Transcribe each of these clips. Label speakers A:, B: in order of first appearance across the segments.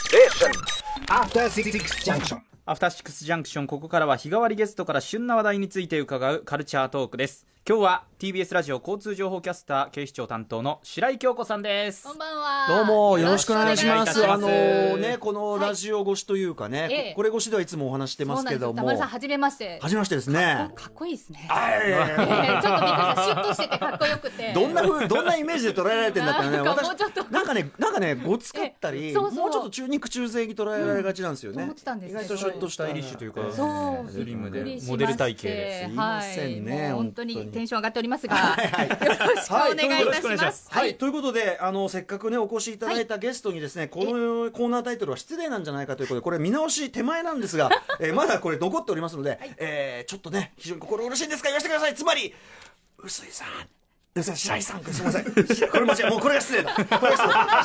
A: Station.
B: After Six Junction.
C: アフターシックスジャンクションここからは日替わりゲストから旬な話題について伺うカルチャートークです今日は TBS ラジオ交通情報キャスター警視庁担当の白井京子さんです
D: こんばんは。
E: どうもよろしくお願いしま
C: お
E: す。
C: 願
E: あ
C: いいたし
E: の
C: ます
E: ーねこのラジオ越しというかね、
D: ええ
E: ここれ越しではいつもお話して
D: そう
E: ま
D: な
E: す
D: んで
E: け
D: すよ
E: ど
D: 田
E: も、
D: 丸さん、
E: は
D: はじめまして。
E: じめましてですね。
D: かっこいいですね。
E: はい
D: えーちょっとびっくりした。シュッとしててかっこよく て。
E: どんな風どんなイメージで捉えられてんだったらね、
D: なんかもうちょっと
E: 私なんかねなんかねごつかったり、
D: えそうそう
E: もうちょっと中肉中背に捉えられがちなんですよ
D: と
E: ね
D: 思って。たんです
E: 意
D: けど
E: 外とシュッとした
D: そう
C: ねスリムで
D: びっくりしまして
C: モデル体型です
E: いませんね
D: はい、もう本当
E: 本
D: に
E: 当に
D: テンション上がっておりますが、 よろしくお願いいたします。
E: はい、ということであのせっかくねお越しいただいたゲストにですね、このコーナータイトルは失礼なんじゃないかということでこれ見直し手前な んですが、えーまだこれ残っておりますので、えーちょっとね非常に心苦しいんですが言わせてくださいつまり臼井さん臼井白井さんすみ ませんこれ間違いもうこれが失礼だこれが失礼だ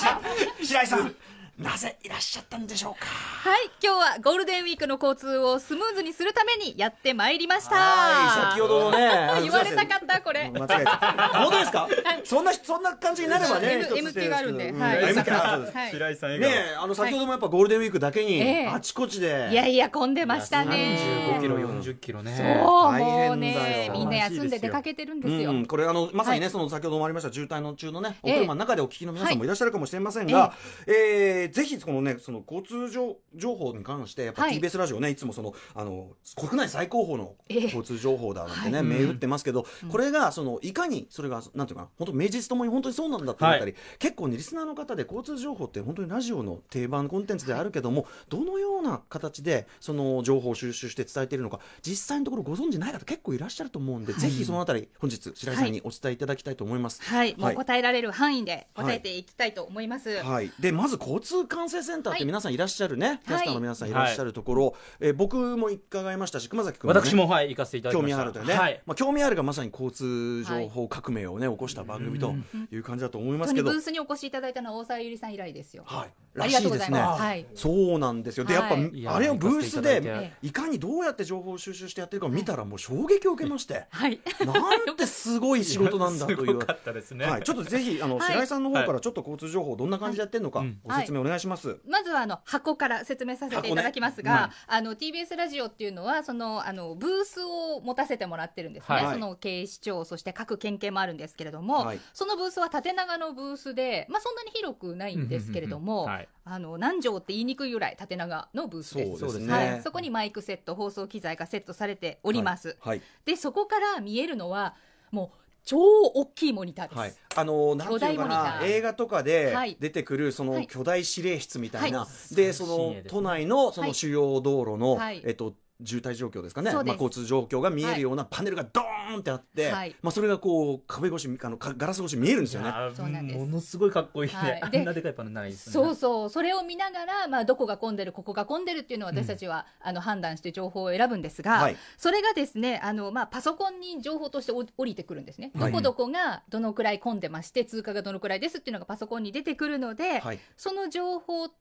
E: 白井さ んなぜいらっしゃったんでしょうか
D: はい、今日はゴールデンウィークの交通をスムーズにするためにやってまいりました。
E: はい先ほどのねあの
D: 言われたかった、これ。
E: 間違えた本当です かそんなそんな感じになればね
D: M-
E: 一つ
D: M 級があるんで
E: う
D: はい
E: M 級あそうです
D: はい。
C: 井さん
E: ねえあの先ほどもやっぱゴールデンウィークだけに、
D: ええ
E: あちこちで
D: いやいや、混んでましたね。
C: 35キロ40キロね
D: そう、も
E: 大
D: う
E: 変だ
D: ね
E: よ、
D: みんな休んで出かけてるんですよ。
E: うん、これあのまさにね、
D: はい
E: その先ほどもありました渋滞の中のねお
D: ええ
E: 車の中でお聞きの皆さんも
D: はい
E: いらっしゃるかもしれませんが、えーぜひこのねその交通情情報に関してやっぱ
D: はい
E: TBS ラジオねいつもそのあの国内最高峰の
D: ええ
E: 交通情報だなんてね、
D: はい
E: 銘打ってますけど、これがそのいかにそれがなんていうかな本当名実ともに本当にそうなんだって思ったり、結構ねリスナーの方で交通情報って本当にラジオの定番コンテンツであるけども、どのような形でその情報を収集して伝えているのか実際のところご存じない方結構いらっしゃると思うんで、ぜひそのあたり本日白井さんにお伝えいただきたいと思います。
D: はい、もう答えられる範囲で
E: はい
D: 答えていきたいと思います。
E: はい、でまず交通管制センターっ
D: は
E: て
D: い
E: 皆さんいらっしゃるね、キャスターの皆さんいらっしゃるところ、えー僕も伺いましたし熊崎君も、ね、
C: 私もはい行かせていただき
E: 興
C: まし
E: 味
C: た
E: あるというね、
C: はい
E: まあ、興味あるがまさに交通情報革命をね起こした番組という感じだと思いま
D: 本当
E: す
D: に
E: け
D: ブ
E: ど、
D: ースにお越しいただいたのは大沢ゆりさん以来ですよ。
E: はい、
D: あ
E: ら
D: り
E: し
D: がと
E: いう
D: ご
E: で
D: ざい
E: すね。
D: ます。はい。
E: そうなんですよでやっぱ、
D: はい
C: いや
E: あれをブースで
C: 行かせていただい
D: て
E: いかにどうやって情報を収集してやってるかを見たらもう衝撃を受け まして、
D: はい。
E: なんてすごい仕事なんだとい
C: す
E: う
C: ごかったですね、
E: はい、ちょっとぜひあの、
D: はい
E: 白井さんの方からちょっと交通情報どんな感じでやってるのか、ご説明お願いします。
D: まずはあの箱から説明させていただきますが、あの TBS ラジオっていうのはそのあのブースを持たせてもらってるんですね、
C: はい
D: その警視庁そして各県警もあるんですけれども、
E: はい
D: そのブースは縦長のブースで、まあ、そんなに広くないんですけれども、
C: うんうんうんうんはい
D: あの何畳って言いにくいぐらい縦長のブースです
E: そうですね
D: はい、そこにマイクセット放送機材がセットされております、
E: はい、はい
D: でそこから見えるのはもう超大きいモニターです、
E: はい、あのなんていうか
D: 巨大モニタ
E: な
D: ー
E: 映画とか
D: は
E: で
D: い
E: 出てくるそ
D: は
E: の
D: い
E: 巨大指令室みたいな、
D: は
E: でそ
C: 深
E: の
C: 夜ですね
E: 都内のその主要道路の、
D: はい
E: えっと渋滞状況ですかね、
D: そうで
E: まあ、
D: す
E: 交通状況が見えるようなパネルがドーンってあって、
D: はい
E: まあ、それがこう壁越しあのかガラス越しに見えるんですよね。
C: やー
D: そうなんです
C: ものすごいかっこいいね、
D: はい
C: あ
D: で
C: んなでかいパネルないですよ
D: そ
C: ね
D: うそう、それを見ながら、まあ、どこが混んでる、ここが混んでるっていうのを私たちは、あの判断して情報を選ぶんですが、
E: はい
D: それがですねあの、まあ、パソコンに情報としてお降りてくるんですね、
E: は
D: ど
E: い
D: こどこがどのくらい混んでまして、通過がどのくらいですっていうのがパソコンに出てくるので、
E: はい
D: その情報と、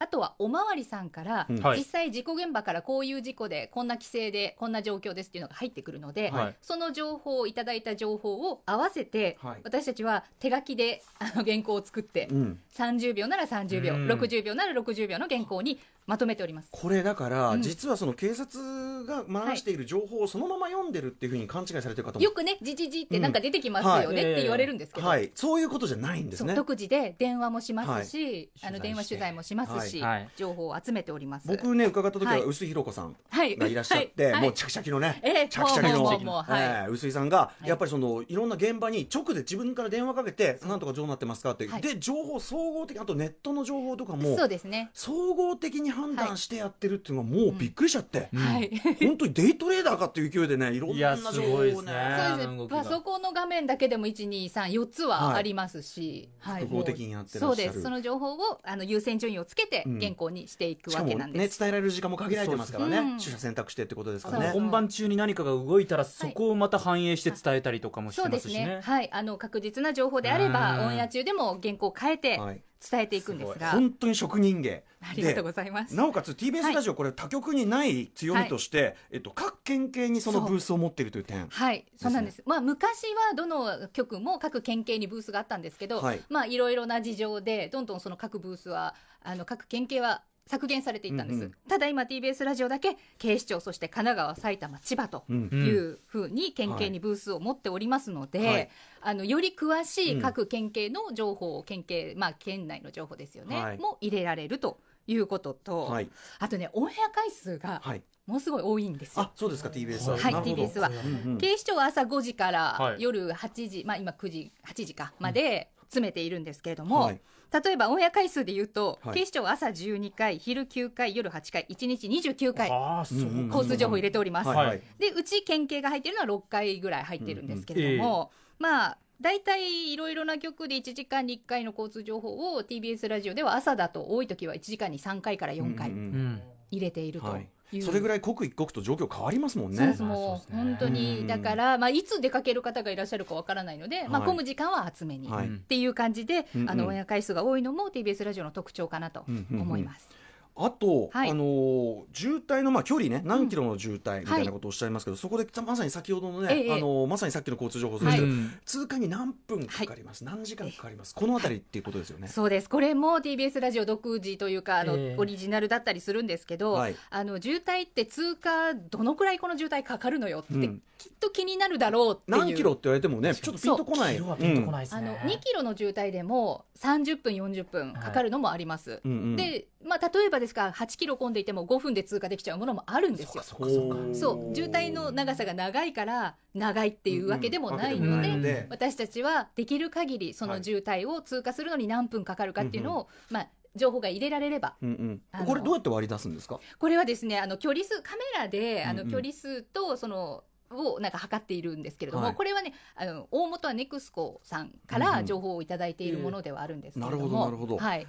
D: あとはおまわりさんから、
E: うん
C: はい
D: 実際、事故現場からこういう事故で、こんな規制で、こんな状況ですっていうのが入ってくるので、
C: はい
D: その情報をいただいた情報を合わせて、
E: はい
D: 私たちは手書きで あの原稿を作って。
E: うん
D: 30秒なら30秒、
C: うん
D: 60秒なら60秒の原稿にまとめております。
E: これだから、
D: うん
E: 実はその警察が回している情報をそのまま読んでるっていうふうに勘違いされてる方も
D: よくね、じじじってなんか出てきますよね
C: うんはい
D: って言われるんですけど、
E: はい、そういうことじゃないんです
D: そう
E: ね。
D: 独自で電話もしますし、
C: はい
D: あの
C: 取材して
D: 電話取材もしますし、
C: はいはい
D: 情報を集めております。
E: 僕ね伺った時は
D: はい
E: 薄井ひろ子さん
D: はい
E: がいらっしゃって、
D: はい
E: もうチャキチャキのね、
D: ええ
E: チャキチャキの
D: もうもうもうはい
E: ええ薄井さんが、
D: い
E: やっぱりそのいろんな現場に直で自分から電話かけてなんとかどうなってますかって、
D: はい
E: で情報総合的あとネットの情報とかも
D: そうですね。
E: 総合的に判断してやってるっていうのはもうびっくりしちゃって、
C: うん
D: はい。
E: 本当にデイトレーダーかっていう勢いでねいろん
C: いや
E: な
C: す
E: 情報
C: ご
E: を
C: いですね
E: ね
D: そうで
C: あの動
D: す
C: きが
D: パソコンの画面だけでも1、2、3、4つはありますし、はい
E: 複合的にやってらっしゃる
D: そうです、その情報をあの優先順位をつけて
E: うん
D: 原稿にしていく
E: しか
D: わけ
E: も
D: な
E: ね
D: ん
E: 伝
D: です。
E: えられる時間も限られてますから
D: そう
E: ね、
D: そううん
E: 取捨選択してってことですから
D: そう
E: ね
D: そう
C: 本番中に何かが動いたらそこをまた反映して伝えたりとかもし
D: そ
C: て
D: う
C: ま
D: ですす
C: し
D: ね
C: ね。
D: はい。あの、確実な情報であれば、
C: うん
D: オンエア中でも原稿を変えて
E: はい、
D: 伝えていくんですが
E: 本当に職人芸
D: ありがとうございます
E: でなおかつ TBS ラジオこれ他局にない強みとして、えっと、各県警にそのブースを持っているという点
D: はい、そうなんです。まあ昔はどの局も各県警にブースがあったんですけど、
E: はい
D: まあいろいろな事情でどんどんその各ブースはあの各県警は削減されていったんです。
E: うんうん
D: ただ今 TBS ラジオだけ警視庁そして神奈川、埼玉、千葉と。
E: うん
D: いうふうに県警にブースを持っておりますので、
E: はい
D: あのより詳しい各県警の情報を、県警まあ県内の情報ですよね、
E: はい
D: も入れられるということと、
E: はい
D: あとねオンエア回数が
E: はい、
D: ものすごい多いんですよ。
E: あそうですか TBS は、
D: はい
E: なるほど
D: TBS は
E: うんうん
D: 警視庁は朝5時か
C: は
D: ら
C: い
D: 夜8時、まあ今9時、8時か、まで詰めているんですけれども、
E: はい
D: 例えばオンエア回数で言うと、
E: はい
D: 警視庁は朝12回、昼9回、夜8回、1日29回、
C: ああそうか、
E: うん
D: 交通情報入れております。
E: はい
C: はい
E: はい
D: で、うち県警が入ってるのは6回ぐらい入ってるんですけれども、まあ、大体いろいろな局で1時間に1回の交通情報を TBS ラジオでは朝だと多い時は1時間に3回から4回
E: うんうん
C: うん
D: 入れているという。
E: はい、それぐらい刻一刻と状況変わりますもん
D: そう
E: ね
D: ですもう
C: まあそうですね
D: 本当
E: うん
D: に、だから、まあ、いつ出かける方がいらっしゃるかわからないので、まあ、
E: はい
D: 混む時間は厚めに、
E: はい
D: っていう感じで、
E: うん
D: あ
E: う
D: の
E: ん
D: オンエア回数が多いのも TBS ラジオの特徴かなと
E: うんうんうん
D: 思います。
E: あと、
D: はい
E: あのー渋滞のまあ距離ね何キロの渋滞みたいなことをおっしゃいますけど、そこでまさに先ほどのね、
D: ええ
E: あのーまさにさっきの交通情報と
D: はい
E: して、
C: うん
E: 通過に何分かかります、何時間かかりますこのあたりっていうことですよね。
D: そうですこれも TBS ラジオ独自というかあの、
C: ええ
D: オリジナルだったりするんですけど、
E: はい
D: あの渋滞って通過どのくらいこの渋滞かかるのよって、
E: うん
D: きっと気になるだろうっていう
E: 何キロって言われてもねちょっとピンとこない。
C: 色はピンとこないです
D: あ
C: ね、
D: の2キロの渋滞でも30分40分かかるのもあります、
E: うんうんうん、
D: で、まあ、例えばですが8キロ混んでいても5分で通過できちゃうものもあるんですよ。そ
E: そ
D: う
E: かそうか
D: う渋滞の長さが長いから長いっていうわけでもない
E: うんうん
D: の
E: わけ
D: で、
E: でもないので
D: 私たちはできる限りそ
E: はい
D: の渋滞を通過するのに何分かかるかっていうのを、まあ、情報が入れられれば
E: うん
D: あ
E: うん、
D: の
E: これどうやって割り出すんですか
D: これはですねあの距離数カメラであ
E: う
D: の
E: んうん
D: 距離数とその、をなんか測っているんですけれども、
E: はい
D: これはねあの大元はネクスコさんか
E: うんう
D: ら
E: ん
D: 情報をいただいているものではあるんですけれ
E: な
D: ど
E: るほ
D: も、
E: どなるほど、
D: はい、
E: へ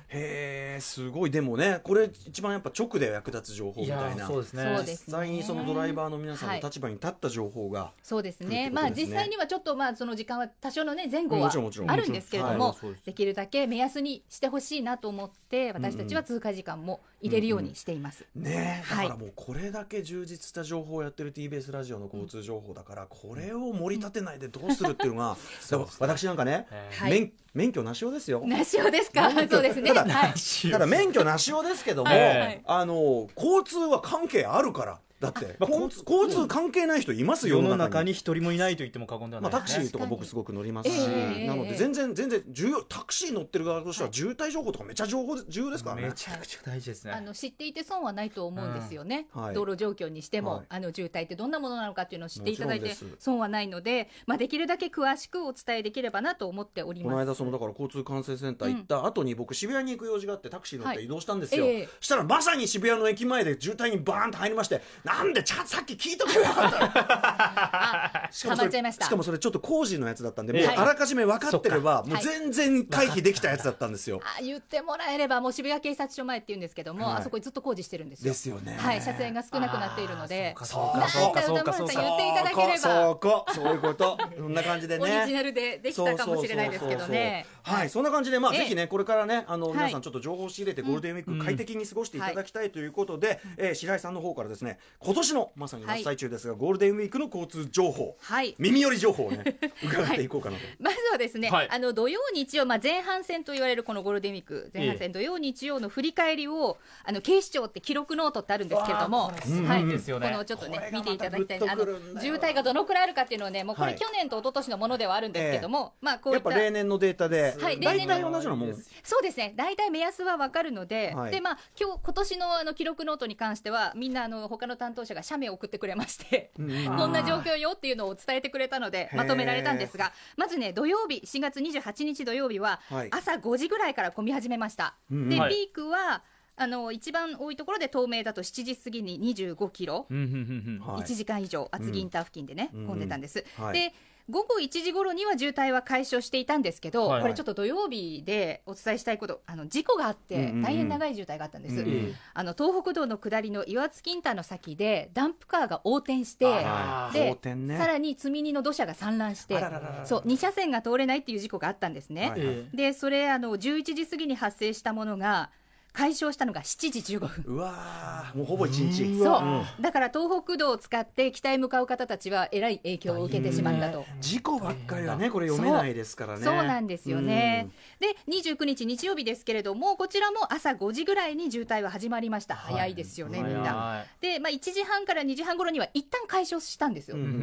E: えすごいでもねこれ一番やっぱ直で役立つ情報み
C: いや
E: たい
C: ー
E: な
C: そうですね
D: そうです
E: 実際にそのドライバーの皆さんの立場に立った情報が、
D: そうですね。
E: ということ
D: まあ
E: ですね
D: 実際にはちょっとまあその時間は多少のね前後
E: も
D: は
E: ちろんもちろん
D: あるんですけれど
E: も
D: も
E: ちろんはい、
D: できるだけ目安にしてほしいなと思って、私たちは通過時間も入れるようにしています。
E: ねえ
D: は
E: だか
D: い
E: らもうこれだけ充実した情報をやってる TBS ラジオの交通情報だから、これを盛り立てないでどうするっていうの が、だから私なんかね、
C: え
D: はい
E: 免免許なしよですよ。
D: なしおですか。そうですね。
E: ただ
D: はい。
C: ー
E: ただ免許なしよですけども、
C: ええ
E: あの交通は関係あるからだって、
C: まあ
E: 交通交通関係ない人いますよ
C: 世
E: 世
C: の
E: の
C: 中
E: 中に
C: に一人もいないと言っても過言では
E: ま
C: な
E: あ、
C: い
E: タ
C: で
E: ク
C: すね、
E: シーとか僕すごく乗りますし、
D: 確かにええ
E: なので全然全然重要タクシー乗ってる側としては渋滞情報とかめちゃ情報重要ですからね
C: め。ちゃくちゃ大事ですね
D: あの知っていて損はないと思うんですよね、
E: うんはい
D: 道路状況にしても、
E: はい
D: あの渋滞ってどんなものなのかっていうのを知っていただい
E: も
D: て
E: ちろんです
D: 損はないので、まあ、できるだけ詳しくお伝えできればなと思っており
E: こ
D: ます。
E: の間そのだから交通管制センター行った後に僕渋谷に行く用事があってタクシー乗って
D: はい
E: 移動したんですよ、
D: ええ
E: したらまさに渋谷の駅前で渋滞にバーンと入りましてなんでちゃさっき聞いとけばよかったの
D: あ
E: し
D: ハ
E: かもそ
D: マっ
E: れ
D: ちゃいました
E: しかもそれちょっと工事のやつだったんでもう
C: ええ
E: あらかじめ分かってれば
D: い
E: もう全然回避できたやつだったんで すよ、
D: あ言ってもらえれば、もう渋谷警察署前っていうんですけども、
E: はい
D: あそこずっと工事してるんですよ。
E: ですよね
D: はい、車線が少なくなっているので、
C: そうか
D: なん
C: そうか
D: だ
C: そう
D: 歌
C: かそ
D: 丸
C: う
D: さん
C: か
D: 言っていただけれ
E: そう
D: ば、
E: こそういうことそんな感じでね
D: オリジナルでできたかもしれないですけどね
E: そうそうそう。そうはい、そんな感じで、まあ、
D: ええ
E: ぜひね、これからね、あの、
D: い
E: 皆さんちょっと情報を仕入れて、ゴールデンウィーク快適に過ごしていただきたいということで、えー白井さんの方からですね、今年の、まさに真っ最中ですが、ゴールデンウィークの交通情報、
D: はい。
E: 耳寄り情報 をね、伺っていこうかなと。
D: まずはですね、
C: はい
D: あの土曜、日曜、まあ、前半戦と言われるこのゴールデンウィーク、前半
C: え
D: 戦、土曜、日曜の振り返りを、あの警視庁って記録ノートってあるんですけれども、
C: ごい
D: はい
C: ですよね
D: このちょっと
E: これ
D: ね、
E: がま
D: 見
E: た
D: ていただきたい、
E: グッ
D: あ
E: と
D: の
E: くるんだよな
D: 渋滞がどのくらいあるかっていうのをね、もうこ
E: は
D: れ、
E: い
D: 去年と一昨年のものではあるんですけども、まあこうい
E: や
D: っ
E: っぱ
D: た。
E: 例年のデータで、
D: はい例
E: 大
D: 年の
E: 体同じようなもん。
D: そうですね大体目安は分かるので、
E: はい
D: でまあ今日今年のあの記録ノートに関しては、みんなあの他の担当者が写メを送ってくれまして、
E: うんうん
D: こんな状況よっていうのを伝えてくれたので
E: へ、ー
D: まとめられたんですが、まずね、土曜日、4月28日土曜日は
E: はい、
D: 朝5時ぐらいから混み始めました。
E: うんうん
D: で、
C: はい
D: ピークはあの一番多いところで、東名だと7時過ぎに25キロ。
C: うんうんうんうん
E: はい
D: 1時間以上厚木インター付近でね、
E: うん
D: 混んでたんです、
E: うんはい
D: で午後1時頃には渋滞は解消していたんですけど、
C: はい
D: これちょっと土曜日でお伝えしたいことあの事故があっ
E: うんう
D: て
E: んうん
D: 大変長い渋滞があったんです、
E: うんうん
D: あの東北道の下りの岩槻インターの先でダンプカーが横転して
E: あー
D: で
E: 横転ね
D: さらに積み荷の土砂が散乱して
E: あらららら
D: そう2車線が通れないっていう事故があったんですね、
E: はい
C: え
D: でそれあの11時過ぎに発生したものが解消したのが7時15分
E: うわーもうほぼ一日
D: そう、
E: ん
D: だから東北道を使って北へ向かう方たちはえらい影響を受けてしまったと。
E: 事故ばっかりはねこれ読めないですからね
D: そうなんですよね、で29日日曜日ですけれどもこちらも朝5時ぐらいに渋滞は始まりました、
C: はい
D: 早いですよねみんな
C: 早い
D: で、まあ、1時半から2時半頃には一旦解消したんですよ、
E: うんうんう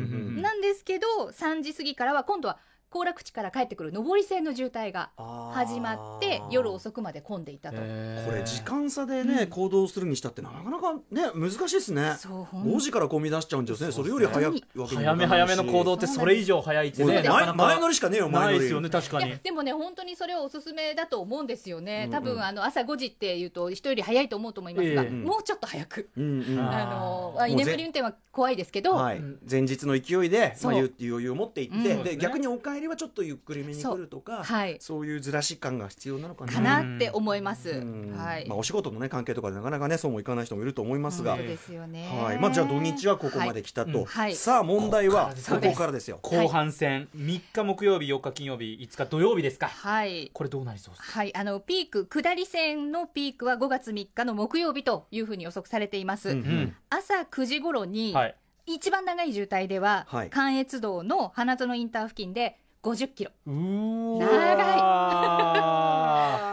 E: ん
D: なんですけど3時過ぎからは今度は行楽地から帰ってくる上り線の渋滞が
E: あー
D: 始まって夜遅くまで混んでいたと、
C: えー
E: これ時間差でね、行動するにしたってなかなかね難しいですね
D: そうほん
E: 5時から混み出しちゃうんですねそれより早くわけにもいか
C: 早
E: ない
C: め
E: し
C: 早めの行動ってそれ以上早いって
E: もう
C: ね
E: 前
C: なかなか
E: 前乗りしかねえよ前乗
C: な
E: り
C: いですよね確か
D: い
C: に
D: やでもね本当にそれはおすすめだと思うんですよね、
E: うん
D: 多分あの朝5時っていうと人より早いと思うと思いますが、
C: ええ
D: もうちょっと早く。
E: うんうん
C: あー
D: あのまあ居
E: もうぜ
D: 眠り運転は怖いですけど、
E: はい、前日の勢いで、ま
D: そ
E: あ、
D: う
E: ゆ余裕を持っていって、
D: うん
E: で
D: そう
C: ですね
E: 逆にお帰りはちょっとゆっくりめに来るとかそう,、
D: はい
E: いうずらし感が必要なのかな。
D: かなって思います。
E: うん
D: はい、
E: まあ、お仕事の、ね、関係とかでなかなか、ね、そうもいかない人もいると思いますが、
D: そうですよね。
E: はいまあ、じゃあ土日はここまで来たと、
C: はいうん
D: はい
E: さあ問題は
D: ここから
E: こ
D: です
E: こからですよ。
C: 後半戦3日木曜日4日金曜日5日土曜日ですか
D: はい。はい
C: これどうなりそうですか
D: はいあのピーク下り線のピークは5月3日の木曜日というふうに予測されています、
E: うんうん
D: 朝9時頃に、
C: はい
D: 一番長い渋滞では、
E: はい
D: 関越道の花園インター付近で50キロ
C: うー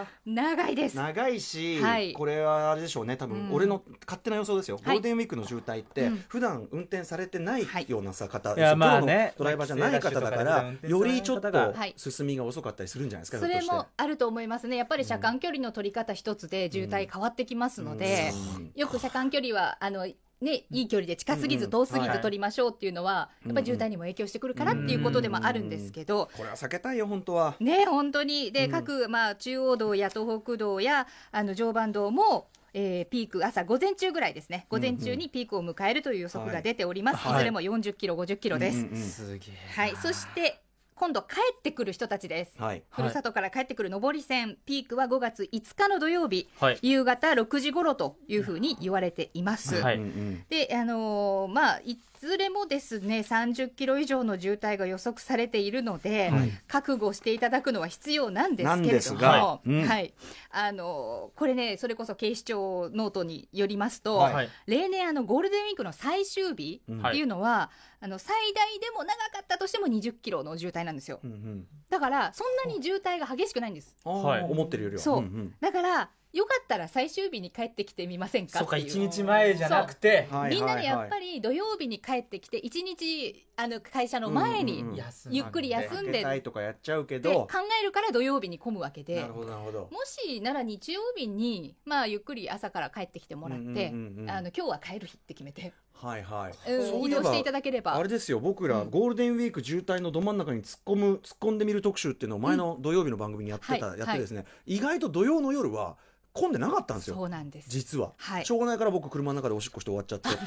C: い
D: 長いです
E: 長いし、
D: はい
E: これはあれでしょうね多分
D: うん
E: 俺の勝手な予想ですよ、ゴールデンウィークの渋滞って、
D: うん
E: 普段運転されてない
D: はい
E: ようなさ方、
C: いやまあ
E: プロ
C: ね
E: のドライバーじゃない方だか
C: 学生
E: ら
C: ラッシュとかで
E: よりちょっ
C: 運転される
E: と
C: 方
D: がはい
E: 進みが遅かったりするんじゃないですか
D: それも
E: ひ
D: あると思いますねやっぱり車間距離の取り方一つで渋滞変わってきますので、
E: うん
D: よく車間距離はあのね、いい距離で近すぎず
E: うん
D: 遠すぎ
C: はい
D: ず取りましょうっていうのは、やっぱり渋滞にも影響してくるからっていうことでもあるんですけど、
E: としてこれは避けたいよ本当は。
D: ね、本当に、で、
E: うん
D: 各、まあ、中央道や東北道や、あの、常磐道も、えーピーク、朝午前中ぐらいですね、午前中にピークを迎えるという予測が出ております。
E: はい
D: い、ずれも40キロ、50キロです。
E: うんうん
C: すげえ
D: はい、そして、今度、帰ってくる人たちです。
E: はい
D: ふるさとから帰ってくる上り線、ピークは5月5日の土曜日、
C: はい
D: 夕方6時頃というふうに言われています。
C: はい
E: うんうん
D: で、あのーまあ、いずれもですね、30キロ以上の渋滞が予測されているので、覚悟していただくのは必要なんですけれども、
E: なんですがうん
D: はい、あのーこれね、それこそ警視庁ノートによりますと、
E: はい
D: 例年あのゴールデンウィークの最終日
E: うん
D: っていうのは、あの最大でも長かったとしても20キロの渋滞なんですよ
E: う。んうん
D: だから、そんなに渋滞が激しくないんです。
E: あー
C: はい
E: 思ってるよりは。
D: そうん
E: ん
D: だから、よかったら最終日に帰ってきてみませんか
C: そ
D: っ
C: うか
D: ていう。
C: 1日前じゃなくて
E: はい
D: みんなでや
E: は
D: っ
E: いは
D: ぱ
E: い
D: り土曜日に帰ってきて、1日あの会社の前
E: う
D: に
E: んうんうん
C: 休んで
D: ゆっくり休ん
E: 避け
D: で
E: たいとかやっちゃうけ
D: で考
E: ど。
D: えるから土曜日に混むわけで
E: なる。ほどなるほど。
D: もしなら日曜日に、まあ、ゆっくり朝から帰ってきてもらって、
E: うんうんうんうん
D: あの今日は帰る日って決めて、
E: はいはい。
D: うん
E: そう
D: 移
E: いえ
D: 動し
E: ば
D: ていただければ。
E: あれですよ僕ら
D: うん
E: ゴールデンウィーク渋滞のど真ん中に突っ込む突っ込んでみる特集っていうのを前の土曜日の番組にやってた、
D: はい
E: やってですね、意外と土曜の夜は混んでなかったんです
D: そ
E: よ
D: うなんです。
E: 実は、
D: はい
E: しょうがないから僕車の中でおしっこして終わっちゃったっていう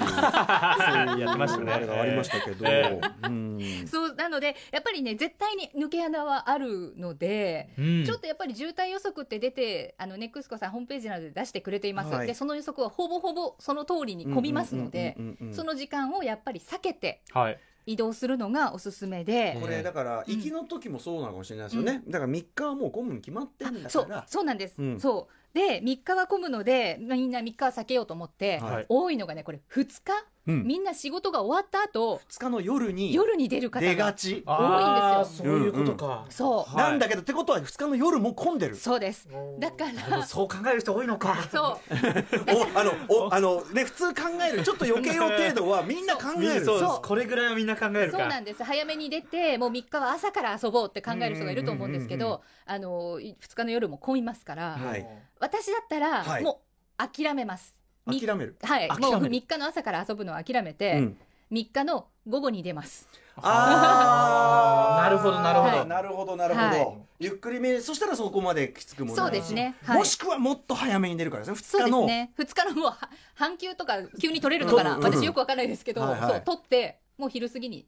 C: やってましたね
E: あれがありましたけど、
C: え
E: うん
D: そうなので、やっぱりね、絶対に抜け穴はあるので、
C: うん
D: ちょっとやっぱり渋滞予測って出て、あのネックスコさん、ホームページなどで出してくれています、
E: はい
D: でその予測はほぼほぼその通りに混みますので
E: うんうんうんうんうん、
D: その時間をやっぱり避けて
C: はい
D: 移動するのがおすすめで
E: こ、れだから行きの時もそうなのかもしれないですよね、だから3日はもう混むに決まってんだから
D: そうそうなんです、
E: うん
D: そうで3日は混むので、みんな3日は避けようと思って、
E: はい
D: 多いのがね、これ、2日、
E: うん
D: みんな仕事が終わった後
E: 2日の夜に
D: 夜に出る方
E: 出が
D: が、
E: ち
C: あー
D: 多いんです
E: よ
C: そういうことか
D: そ
C: は
D: う、
C: い
E: なんだけどってことは2日の夜も混んでる
D: そうです、だか
C: でも
D: ら、
C: そう考える人多いのか
D: そう。
E: おあのおあのね普通考えるちょっと余計よ程度はみんな考える
C: そう
D: そう
C: これぐらいはみんな考えるか
D: そうなんです早めに出て、もう3日は朝から遊ぼうって考える人がいると思うんですけ
E: うんうん
D: ど、あの2日の夜も混みますから、
E: はい
D: 私だった
E: は
D: ら、
E: い
D: もう諦めます、み
E: 諦める
D: はい、
C: 諦め
D: も
C: る
D: う3日の朝から遊ぶのは諦めて、
E: うん
D: 3日の午後に出ます、
E: あー
C: なるほどなるほど
E: はいなるほどなるほど、
D: はい
E: ゆっくりめそしたらそこまできつくもないし
D: そうですねはい
E: もしくはもっと早めに出るからです
D: そ
E: ね
D: う
E: 2日
D: で
E: の
D: すね、2日のもうは半休とか急に取れるのかな、
E: うんうんうん
D: 私、よくわからないですけど、
E: はいはい
D: そう取って、もう昼過ぎに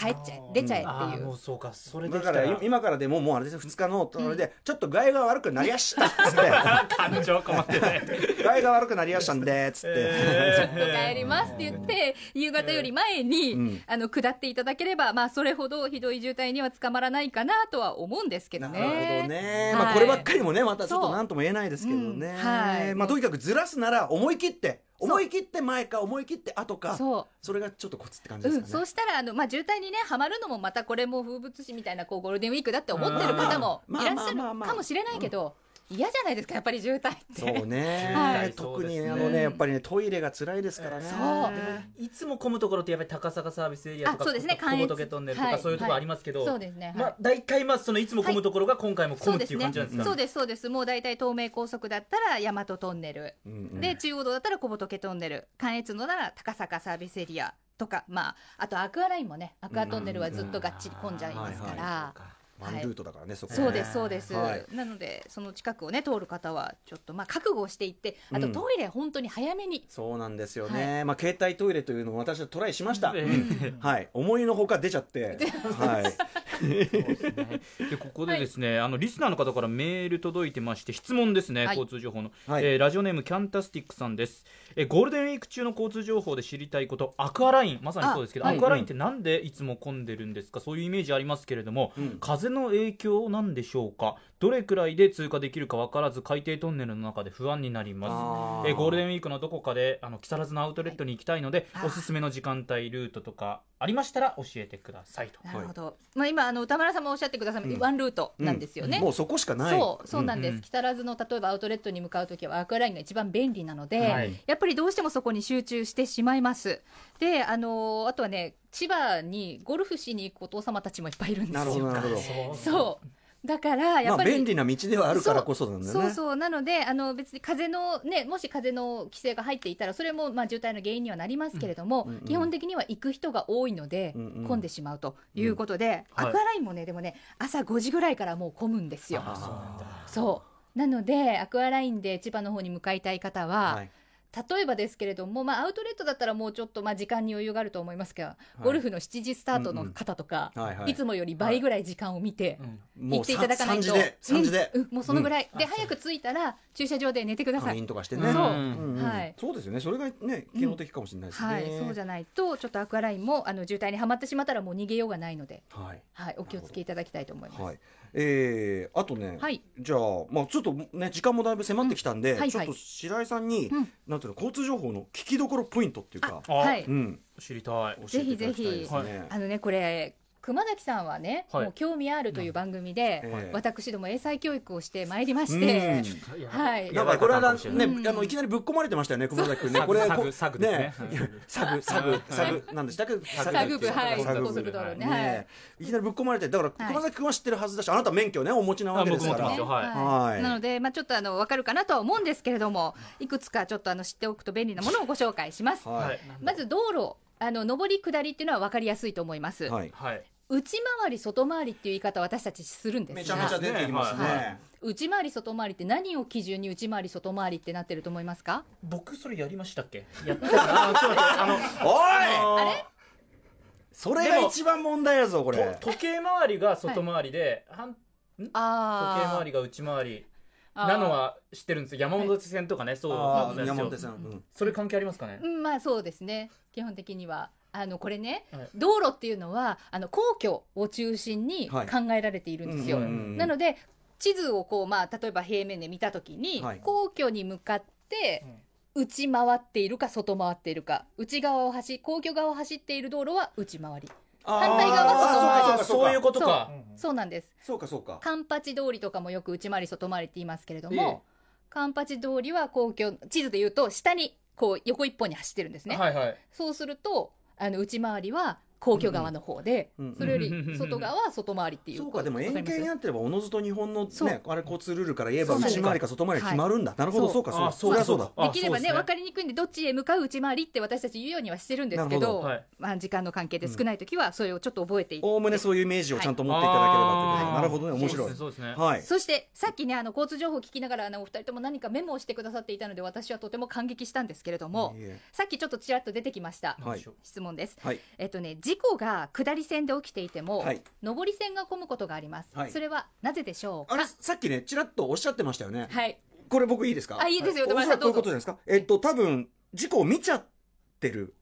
D: 帰っちゃえ出ちゃえ
C: あ
D: っ
C: ー
D: てい
C: も
D: う
C: うそうかそれで
E: だ
C: き
E: か
C: た
E: らい
C: ら
E: 今からでももうあれです2日のあれでちょっと具合が悪くなりやしたっ つっ
C: 感情困ってね
E: て具合が悪くなりやしたんでっつって、
D: 帰りますって言って夕方より前に、
E: うん
D: あの下っていただければまあそれほどひどい渋滞には捕まらないかなとは思うんですけど
E: な
D: ね
E: るほど
D: は
E: ね、
D: い
E: まあこればっかりもねまたちょ
D: そ
E: っと
D: う
E: 何とも言えないですけどね、
D: うんはい
E: まあとにかくずらすなら思い切って
D: う
E: 思い切って前か思い切って後かそ
D: そう
E: れがちょっとコツって感じ
D: う
E: です
D: ん、
E: かね、
D: そうしたらあの、まあ、渋滞にねはまるのもまたこれも風物詩みたいなこうゴールデンウィークだって思ってる方もい
E: まあ
D: らっ
E: まあ
D: しゃる
E: まあまあまあ
D: かもしれないけど嫌じゃないですかやっぱり渋滞って。
E: そうね、
C: はい
E: 特に、
C: はい
E: あのねやっぱりねトイレが辛いですからね、
D: そう
C: いつも混むところってやっぱり高坂サービスエリアとか
D: あそうですね
C: 小仏トンネルと
D: 関
C: か
D: 越
C: そういうところありますけど、
D: そうですね、はい
C: まあ、大体まあそのいつも混むところが今回も混
D: そう
C: むっ
D: で
C: てい
D: す
C: う感
D: ね
C: じなんですか、
D: そうですそうですもう大体東名高速だったら大和トンネル、
E: うんうん
D: で中央道だったら小仏トンネル関越のなら高坂サービスエリアとか、まあ、あとアクアラインもねアクアトンネルはずっとがっちり混んじゃいますから。
E: ワンルートだからね、そこね
D: そうですそうです、
E: はい
D: なのでその近くをね通る方はちょっとまあ覚悟をしていってあ
E: う
D: と
E: ん
D: トイレ本当に早めに、
E: そうなんですよね、まあ携帯トイレというのも私はトライしました、
C: ええ
E: はい思いのほか出ちゃってはい
C: でここでですね、あのリスナーの方からメール届いてまして質問ですね、
D: はい
C: 交通情報の、
E: はい
C: えーラジオネームキャンタスティックさんです、えーゴールデンウィーク中の交通情報で知りたいことアクアラインまさにそうですけど
D: あ
C: ア,、
D: はい
C: クアラインってなんでいつも混んでるんですかそういうイメージありますけれども、
E: うん
C: 風の影響なんでしょうかどれくらいで通過できるか分からず海底トンネルの中で不安になりま
E: あ
C: す
E: ー
C: えーゴールデンウィークのどこかであの木更津のアウトレットに行きたいので、
D: はいあー
C: おすすめの時間帯ルートとかありましたら教えてくださいと。
D: なるほど、まあ、今あの歌村さんもおっしゃってください、
E: うん
D: ワンルートなんですよね、
E: もうそこしかない
D: そうそうなんです、
C: うん
D: 木更津の例えばアウトレットに向かうときはアクアラインが一番便利なので、
C: はい
D: やっぱりどうしてもそこに集中してしまいますであのあとはね千葉にゴルフしに行くお父様たちもいっぱいいるんですよ
E: なるほどなるほど
D: そうだからや
E: ま
D: っぱ
E: あ
D: り、
E: 便利な道ではあるからこそなんだよね
D: そうそうなのであの別に風のねもし風の規制が入っていたらそれもまあ渋滞の原因にはなりますけれども、
E: うんうんうん
D: 基本的には行く人が多いので、
E: うんうん
D: 混んでしまうということで、
C: うんはい
D: アクアラインもねでもね朝5時ぐらいからもう混むんですよ。そうなのでアクアラインで千葉の方に向かいたい方は、
E: はい
D: 例えばですけれども、まあ、アウトレットだったらもうちょっとまあ時間に余裕があると思いますが、ゴルフの7時スタートの方とか、
E: うんうんはいはい
D: いつもより倍ぐらい時間を見て。
C: うん
E: も
D: 行
E: う
D: っていただかないと
E: 3時で3時で
D: うんうんもうそのぐ
E: い
D: らい、で早く着いたら駐車場で寝てくださ
E: 仮
D: い
E: 眠とかして
D: そう、
E: ね
C: ん
E: うんうん
D: はい
E: そうですよねそれがね機能的かもしれないですね
D: はいそうじゃないとちょっとアクアラインもあの渋滞にはまってしまったらもう逃げようがないので、
E: はい
D: はい、お気をつけいただきたいと思います、
E: はいえーあとね
D: はい
E: じゃあまあちょっとね時間もだいぶ迫ってきたんで
D: んはいはい
E: ちょっと白井さんに
D: うん
E: なんていうの交通情報の聞きどころポイントっていうか
C: あ
D: はい
E: うん
C: 知りたい
E: 教えていただきたいです
C: ぜひぜ
E: ね
D: あのねこれ熊崎さんはね、
C: はい
D: もう興味あるという番組で、
E: うんええ
D: 私ども英才教育をしてまいりまし
E: うん
D: て、
C: はい
E: なんかこれはね、
D: うん
E: あのいきなりぶっ込まれてましたよね、熊崎君ね、
C: サグ
E: これ
C: サグ
E: こ
C: サグですねはい
E: いやサグサグサグなんでしたっけど、
D: サグ部はい
E: サグ
D: 高速道路ね
E: ね
D: はい
E: いきなりぶっ込まれて、だから
D: はい
E: 熊崎君は知ってるはずだし、あなた免許ねお持ちなわけですか
C: あ僕持っ
E: ら
C: て、ますよはい
E: はい
D: なので、まあ、ちょっとあの分かるかなとは思うんですけれどもいくつかちょっとあの知っておくと便利なものをご紹介します。
E: はい
D: まず道路あの上り下りっていうのは分かりやすいと思います、
E: はい、
C: はい
D: 内回り外回りっていう言い方を私たちするんですが
E: めちゃめちゃ出てきますね。
D: はい内回り外回りって何を基準に内回り外回りってなってると思いますか
C: 僕それやりましたっけやったかなちょっと待ってあの
E: おい、
C: あれ
E: それが一番問題やぞこれ。
C: 時計回りが外回りで反時
D: あ
C: 計回りが内回りなのは知ってるんですよ山手線とかねそうな
E: あ
C: ん
E: ー
C: ですよ
E: 山手さん、うん
C: それ関係ありますかね
D: うん、まあそうですね基本的にはあのこれね、
C: はい
D: 道路っていうのはあの公共を中心に考
E: はい
D: えられているんですよ、
E: うんうんうん
D: なので地図をこう、まあ、例えば平面で見た時に、
E: はい
D: 皇居に向かって内回っているか外回っているか内側を走皇居側を走っている道路は内回り反対側は
C: あー
E: あーそうかそうかそうか
C: そういうことか
D: そうなんです
E: そうかそうか。
D: 環八通りとかもよく内回り外回りって言いますけれど
C: え
D: も、環八通りは皇居地図で言うと下にこう横一本に走ってるんですね、
C: はいはい
D: そうするとあの内回りは皇居側の方で、
E: うんうん
D: それより 外側は外回りっていう。
E: そうかでも円
D: わり
E: 形に
D: ます
E: なってればおのずと日本の
D: そう
E: ねあれ交通ルールから言えば
D: そうなんです
E: 内回りか外回りが決まるんだ、なるほど
D: そう
E: そうかそう
C: あ
E: かそりゃそうだ
C: あ
D: できれば
C: そう
D: ね
C: ですね
D: 分かりにくいんでどっちへ向かう内回りって私たち言うようにはしてるんですけど
E: なる
C: ど
E: ほ
C: はい
D: まあ、時間の関係で少ない時はそれをちょっと覚えていって、
E: おおむねそういうイメージをちゃんと持っていただければということで
C: はい
E: なるほどね面白
C: そう
E: い
C: ですねそうですね
E: はい
D: そしてさっきねあの交通情報を聞きながらあのお二人とも何かメモをしてくださっていたので私はとても感激したんですけれども
E: いえいえ
D: さっきちょっとちらっと出てきました、
E: はい
D: 質問です、
E: はい
D: えっとね、事故が下り線で起きていても、
E: はい
D: 上り線が混むことがあります、
E: はい
D: それはなぜでしょう
E: あれ
D: か
E: さっきねちらっとおっしゃってましたよね、
D: はい
E: これ僕いいですか
D: あいいですよ
E: は
D: ご
E: お
D: めん
E: そ
D: なさい
E: らくこういうことじゃないですかえっと多分事故を見ちゃってる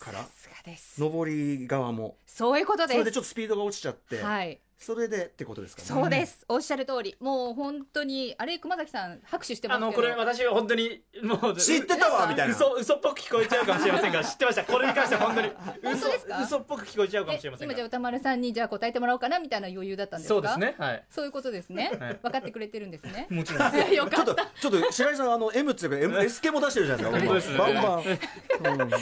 E: から
D: さすがです
E: 上り側も
D: そういうこと
E: それ
D: で
E: ですちょっとスピードが落ちちゃって、
D: はい
E: それでってことですかね
D: そうです、おっしゃる通りもう本当にあれ熊崎さん拍手してます
C: あ
D: けど
C: のこれ私本当にもう
E: 知ってたわみたいな
C: 嘘嘘っぽく聞こえちゃうかもしれませんが知ってましたこれに関しては本当に嘘
D: 本当ですか
C: 嘘っぽく聞こえちゃうかもしれませ
D: え
C: ん
D: 今
C: が
D: じゃあ歌丸さんにじゃあ答えてもらおうかなみたいな余裕だったんですか
C: そうですねはい
D: そういうことですね、
C: はい
D: 分かってくれてるんですね
C: もちろん
D: よ
E: ち
D: か
E: ょっ
D: っ
E: と
D: た
E: ちょっと白井さんあの M っていうか M SK も出してるじゃない
C: 本当
E: で
C: ですす
E: か
C: ね
E: バンバン
D: 熊崎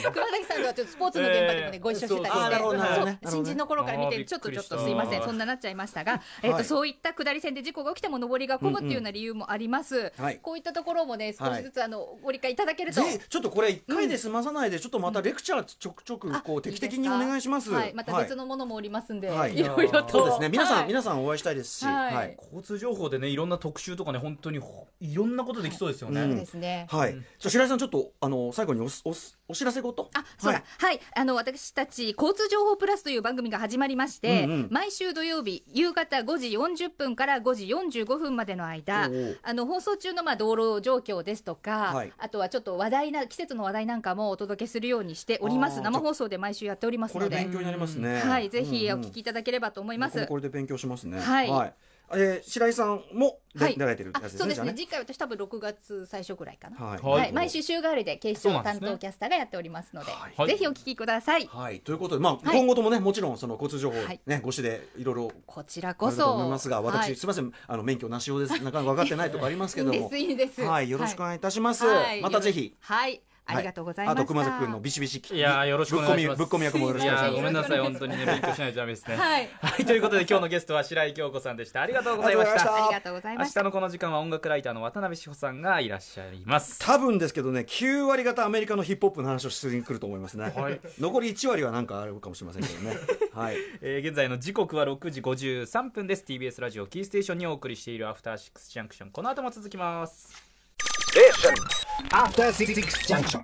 D: さんとはちょっとスポーツの現場でもね、
C: えー
D: ご一緒してたり
E: そうそ
D: し
E: う
D: て、
E: あーなるほどなるほどね
D: そう新人の頃から見
C: あーび
D: て、
C: っ
D: ちょっ
C: く
D: と
C: り
D: ち
C: し
D: ょ
C: た
D: っとすいません、そんななっちゃいましたが、えっ、
E: は
D: と
E: い
D: そういった下り線で事故が起きても上りが混むっていうような理由もあります。
E: うんはい
D: こういったところもね、少しずつあの、ご理解いただけると。
E: ぜひちょっとこれ一回で済まさないでちょっとまたレクチャーちょくちょく
D: あ
E: こう定期的に
D: いいで
E: お
D: すか
E: 願いします
D: はい、また別
E: の
D: のものもおりますんで、、
E: はいい
D: ろいろと。
E: そうですね皆さ
D: は
E: ん
D: い
E: 皆さんお会いしたいですし
D: はい
E: はい
C: 交通情報でねいろんな特集とかね本当にほいろんなことできそうですよね、
E: は
D: そ
E: いう
D: ですね。
E: はいじゃあ白井さんちょっとあの最後におすおすお知らせごと
D: あ、そうだ。はい、あの、私たち、交通情報プラスという番組が始まりまして、
E: うんうん
D: 毎週土曜日、夕方5時40分から5時45分までの間
E: おう、
D: あの、放送中の、まあ、道路状況ですとか、
E: はい
D: あとはちょっと話題な、季節の話題なんかもお届けするようにしておりま
E: あー
D: す。生放送で毎週やっております
E: これ
D: の
E: 勉
D: で、
E: 強になりますね
D: はい、ぜひ
E: うん
D: お
E: うん
D: 聞きいただければと思いま
E: 僕
D: す
E: も。これで勉強しますね
D: はい
E: えー白井さんも
D: は
E: 出
D: い
E: られてる
D: あ
E: やつです
D: そう
E: ね
D: で
E: じ
D: す
E: ゃあ
D: ね。次回私多分6月最初ぐらいかな。
E: はい
D: はい、
C: はい
D: 毎週週替わりで警視庁
C: そうなんで
D: 担
C: すね
D: 当キャスターがやっておりますので、
C: はい
D: ぜひお聞きください。
E: はい、ということで、まあ、
D: はい
E: 今後ともね、もちろん、その交通情報、
D: はい
E: ね、ご指でいろいろ。
D: こちら
E: あ
D: こ
E: ると
D: そ。
E: 思いますが、
D: は
E: 私、
D: い
E: すみません、あの免許なしよ うです。なかなか分かってないとかありますけど
D: いいん
E: も
D: です。いいんです
E: はい、よろしくお願いいたします。
D: はい
E: またぜひ。
D: はいありがとうございました
E: あと熊崎君のビシビシ。
C: いやーよろしくお願いします
E: ぶっこみぶっこみ役もよろしくお願
C: やー
E: いしま
C: ご
E: す。
C: めんなさい本当にね勉強しないとダメですね
D: はい
C: はい、ということで今日のゲストは白井京子さんでしたありがとうございまし
E: ありがとうございました
C: た
D: ありがとうござい
C: 明
D: まし
C: 日
D: た
C: のこの時間は音楽ライターの渡辺志保さんがいらっしゃいます
E: 多分ですけどね、9割方アメリカのヒップホップの話をしに来ると思いますね。
C: はい
E: 残り1割はなんかあるかもしれませんけどね。はい。
C: えー現在の時刻は6時53分です TBS ラジオキーステーションにお送りしているアフターシックスジャンクションこの後も続きます
B: After Six Junction.